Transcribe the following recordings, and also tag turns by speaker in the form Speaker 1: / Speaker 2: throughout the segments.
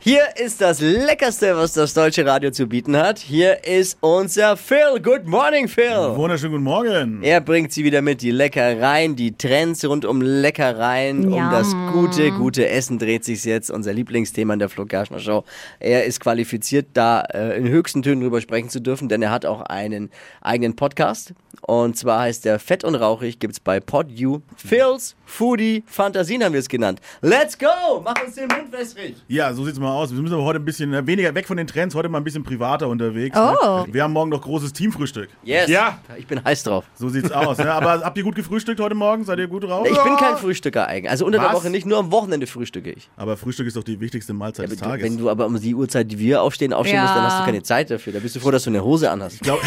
Speaker 1: Hier ist das Leckerste, was das deutsche Radio zu bieten hat. Hier ist unser Phil. Good morning, Phil.
Speaker 2: Wunderschönen guten Morgen.
Speaker 1: Er bringt sie wieder mit, die Leckereien, die Trends rund um Leckereien, um
Speaker 3: Yum.
Speaker 1: das gute, gute Essen dreht sich jetzt. Unser Lieblingsthema in der Flo Kerschner Show. Er ist qualifiziert, da äh, in höchsten Tönen drüber sprechen zu dürfen, denn er hat auch einen eigenen Podcast. Und zwar heißt der Fett und Rauchig, gibt's bei PodU. Phil's Foodie Fantasien haben wir es genannt. Let's go! Mach uns den Mund wässrig.
Speaker 2: Ja, so sieht's mal aus. Wir sind aber heute ein bisschen äh, weniger weg von den Trends, heute mal ein bisschen privater unterwegs. Ne?
Speaker 3: Oh.
Speaker 2: Wir haben morgen noch großes Teamfrühstück.
Speaker 1: Yes.
Speaker 4: Ja.
Speaker 1: Ich bin heiß drauf.
Speaker 2: So sieht's aus. Ne? Aber habt ihr gut gefrühstückt heute Morgen? Seid ihr gut drauf?
Speaker 1: Ich bin kein Frühstücker eigentlich. Also unter der
Speaker 2: Was?
Speaker 1: Woche nicht, nur am Wochenende frühstücke ich.
Speaker 2: Aber Frühstück ist doch die wichtigste Mahlzeit des
Speaker 1: Du,
Speaker 2: Tages.
Speaker 1: wenn du aber um die Uhrzeit, die wir aufstehen, aufstehen
Speaker 3: Ja.
Speaker 1: musst, dann hast du keine Zeit dafür. Da bist du froh, dass du eine Hose anhast.
Speaker 2: Ich glaub,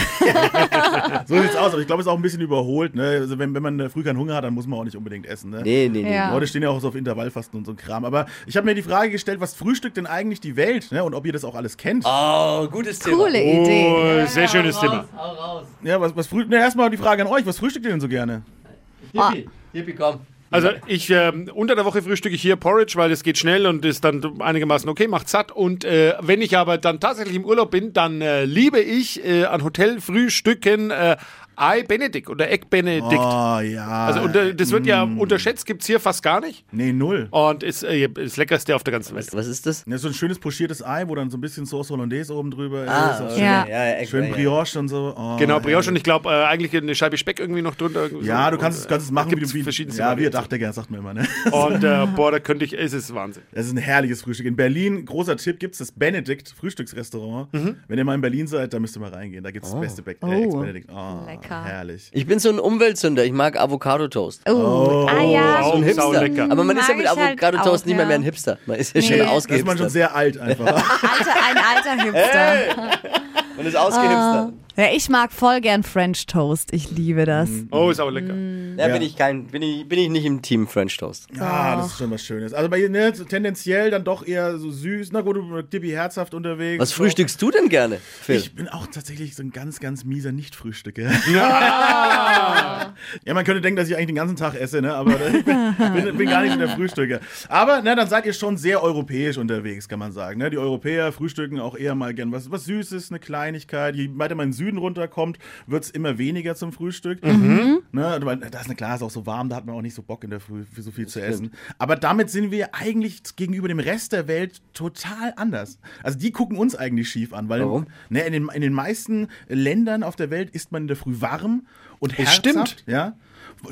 Speaker 2: so sieht's aus, aber ich glaube, es ist auch ein bisschen überholt. Ne? Also wenn, wenn man äh, früh keinen Hunger hat, dann muss man auch nicht unbedingt essen. Ne?
Speaker 1: Nee, nee, nee.
Speaker 3: Ja.
Speaker 2: Leute stehen ja auch so auf Intervallfasten und so ein Kram. Aber ich habe mir die Frage gestellt, was frühstückt denn eigentlich die Welt? Ne? Und ob ihr das auch alles kennt?
Speaker 1: Oh, gutes Thema.
Speaker 3: Coole Idee.
Speaker 4: Oh, sehr schönes Thema.
Speaker 2: Ja, was, was früh, ne, erstmal die Frage an euch, was frühstückt ihr denn so gerne?
Speaker 1: Yippie, Ah. yippie, komm.
Speaker 4: Also ich ähm, unter der Woche frühstücke ich hier Porridge, weil es geht schnell und ist dann einigermaßen okay, macht satt. Und äh, wenn ich aber dann tatsächlich im Urlaub bin, dann äh, liebe ich äh, an Hotelfrühstücken äh, Ei Benedict oder Egg Benedict.
Speaker 2: Oh Mm. ja. Hm.
Speaker 4: Also unter, das wird ja unterschätzt, gibt es hier fast gar nicht.
Speaker 2: nee, null.
Speaker 4: Und ist äh, das Leckerste auf der ganzen Welt.
Speaker 2: Oh,
Speaker 1: Was ist das?
Speaker 2: Das ist so ein schönes pochiertes Ei, wo dann so ein bisschen Sauce Hollandaise oben drüber ist. Auch
Speaker 1: okay.
Speaker 2: schön,
Speaker 3: Ah, Ja.
Speaker 2: schön
Speaker 1: Ah, ja, ja.
Speaker 2: Brioche und so. Oh,
Speaker 4: Genau,
Speaker 2: ey.
Speaker 4: Brioche und ich glaube, äh, eigentlich eine Scheibe Speck irgendwie noch drunter. irgendwie
Speaker 2: Ja,
Speaker 4: so.
Speaker 2: du kannst es,
Speaker 4: Und,
Speaker 2: kannst es
Speaker 4: äh,
Speaker 2: machen, wie
Speaker 4: gibt's
Speaker 2: du wie,
Speaker 4: verschiedenste
Speaker 2: Ja, wie ihr
Speaker 4: Varianten.
Speaker 2: Dachdecker, sagt man immer, ne?
Speaker 4: Und äh, boah, da könnte ich, es ist Wahnsinn.
Speaker 2: Das ist ein herrliches Frühstück. In Berlin, großer Tipp, gibt es das Benedikt Frühstücksrestaurant.
Speaker 4: Mhm.
Speaker 2: Wenn ihr mal in Berlin seid, da müsst ihr mal reingehen. Da gibt es das beste Bä
Speaker 3: Oh.
Speaker 2: äh, Ex-Benedikt. Oh,
Speaker 3: Lecker.
Speaker 2: Herrlich.
Speaker 1: Ich bin so ein Umweltsünder. Ich mag Avocado-Toast.
Speaker 3: Oh. Ah ja.
Speaker 1: So
Speaker 4: Sau-
Speaker 1: ein
Speaker 4: sau
Speaker 1: Hipster.
Speaker 4: lecker.
Speaker 1: Aber man ist ja
Speaker 3: Mag
Speaker 1: mit
Speaker 3: ich halt
Speaker 1: Avocado-Toast
Speaker 3: auch,
Speaker 1: nicht mehr,
Speaker 3: ja.
Speaker 1: mehr ein Hipster. Man ist ja schon
Speaker 3: Nee.
Speaker 2: Da ist man schon
Speaker 1: ausgehipstert.
Speaker 2: sehr alt einfach.
Speaker 3: Alter, ein alter Hipster.
Speaker 1: Man ist ausgehipstert.
Speaker 3: Ja, ich mag voll gern French Toast. Ich liebe das.
Speaker 1: Mhm.
Speaker 4: Oh, ist auch lecker.
Speaker 1: Da
Speaker 2: Ja.
Speaker 1: bin ich kein, bin ich, bin ich nicht im Team French Toast.
Speaker 2: ah, das ist schon was Schönes. Also bei ne, tendenziell dann doch eher so süß. Na gut, du bist Dippi herzhaft unterwegs.
Speaker 1: Was frühstückst du denn gerne, Phil?
Speaker 2: Ich bin auch tatsächlich so ein ganz, ganz mieser Nicht-Frühstücker. ja, man könnte denken, dass ich eigentlich den ganzen Tag esse, ne? aber ich bin, bin, bin gar nicht so der Frühstücker. Aber ne, dann seid ihr schon sehr europäisch unterwegs, kann man sagen. Ne? Die Europäer frühstücken auch eher mal gern was, was Süßes, eine Kleinigkeit. Je weiter man in den Süden runterkommt, wird es immer weniger zum Frühstück. Ne? Weil da ist eine Glas auch so warm, da hat man auch nicht so Bock in der Früh für so viel zu essen. Aber damit sind wir eigentlich gegenüber dem Rest der Welt total anders. Also die gucken uns eigentlich schief an, weil
Speaker 1: Warum?
Speaker 2: Ne, in, den, in den meisten Ländern auf der Welt isst man in der Früh warm und herzhaft.
Speaker 4: stimmt.
Speaker 2: Ja.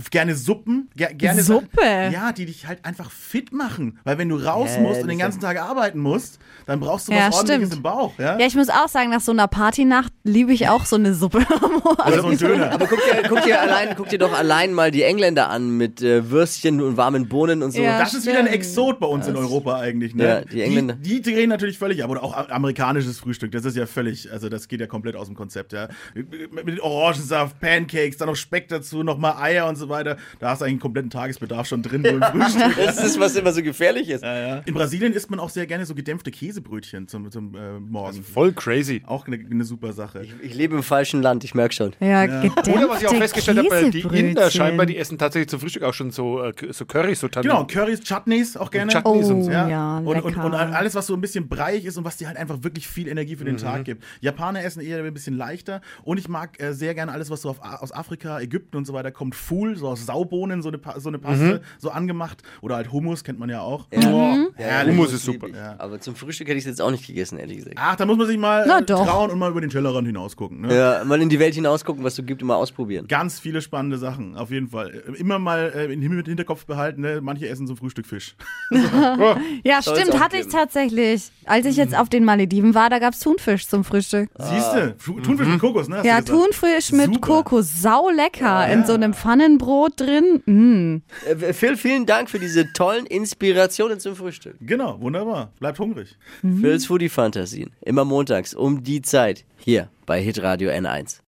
Speaker 2: Gerne Suppen, ger gerne
Speaker 3: Suppe?
Speaker 2: Sachen, ja, die dich halt einfach fit machen, weil wenn du raus
Speaker 1: Ja,
Speaker 2: musst
Speaker 1: das
Speaker 2: und den
Speaker 1: ist
Speaker 2: ganzen Tag arbeiten musst, dann brauchst du
Speaker 3: Ja,
Speaker 2: was ordentliches
Speaker 3: stimmt.
Speaker 2: im Bauch, ja?
Speaker 3: Ja, ich muss auch sagen, nach so einer Partynacht liebe ich auch so eine Suppe. am Morgen.
Speaker 2: Oder so ein Döner.
Speaker 1: Aber guck dir, guck, dir allein, guck dir doch allein mal die Engländer an mit äh, Würstchen und warmen Bohnen und so.
Speaker 3: Ja.
Speaker 2: Das ist wieder ein
Speaker 3: stimmt.
Speaker 2: Exot bei uns in Europa eigentlich, ne?
Speaker 1: Ja, die Engländer.
Speaker 2: Die, die drehen natürlich völlig ab. Oder auch a- amerikanisches Frühstück, das ist ja völlig, also das geht ja komplett aus dem Konzept, ja. Mit mit Orangensaft, Pancakes, dann noch Speck dazu, nochmal Eier und so weiter. Da hast du eigentlich einen kompletten Tagesbedarf schon drin beim Frühstück.
Speaker 1: Das ist, was immer so gefährlich ist.
Speaker 2: In Brasilien isst man auch sehr gerne so gedämpfte Käsebrötchen zum, zum äh, Morgen.
Speaker 4: Also Voll crazy.
Speaker 2: Auch eine, eine super Sache.
Speaker 1: Ich lebe im falschen Land, ich merke schon.
Speaker 3: Ja, gedämpfte
Speaker 4: Oder was ich auch festgestellt habe, die
Speaker 3: Käsebrötchen.
Speaker 4: Inder scheinbar, die essen tatsächlich zum Frühstück auch schon so, äh, so Curry, so Tannen.
Speaker 2: Genau, Currys, Chutneys auch gerne.
Speaker 4: Chutneys.
Speaker 3: Oh,
Speaker 4: Isms,
Speaker 3: ja,
Speaker 2: und,
Speaker 3: lecker.
Speaker 2: und, und alles, was so ein bisschen breiig ist und was dir halt einfach wirklich viel Energie für den Tag gibt. Japaner essen eher ein bisschen leichter und ich mag äh, sehr gerne alles, was so auf, A- aus Afrika, Ägypten und so weiter kommt. Foul, so aus Saubohnen, so eine, Pa- so eine Paste, so angemacht. Oder halt Hummus, kennt man ja auch. Boah, herrlich.
Speaker 4: Hummus ist super.
Speaker 1: Ja. Aber zum Frühstück hätte ich es jetzt auch nicht gegessen, ehrlich gesagt.
Speaker 2: Ach, da muss man sich mal
Speaker 3: Na
Speaker 2: äh,
Speaker 3: doch.
Speaker 2: trauen und mal über den Tellerrand hinausgucken. Ne?
Speaker 1: Ja, mal in die Welt hinausgucken, was du gibt und mal ausprobieren.
Speaker 2: Ganz viele spannende Sachen, auf jeden Fall. Immer mal äh, im Hin- Hinterkopf behalten, ne? manche essen zum Frühstück Fisch.
Speaker 4: Oh,
Speaker 3: ja,
Speaker 1: Soll's
Speaker 3: stimmt,
Speaker 1: auch
Speaker 3: hatte ich
Speaker 1: geben. Mhm.
Speaker 3: tatsächlich. Als ich jetzt auf den Malediven war, da gab's Thunfisch zum Frühstück.
Speaker 2: Siehste, Fu- Thunfisch mit Kokos, ne? hast du
Speaker 3: Ja,
Speaker 2: gesagt.
Speaker 3: Thunfisch mit
Speaker 2: Super.
Speaker 3: Kokos, sau lecker. In so einem Pfannenbrot drin. Mm.
Speaker 1: Äh, Phil, vielen Dank für diese tollen Inspirationen zum Frühstück.
Speaker 2: Genau, wunderbar. Bleibt hungrig.
Speaker 1: Phil's Foodie Fantasien. Immer montags um die Zeit. Hier bei Hitradio N1.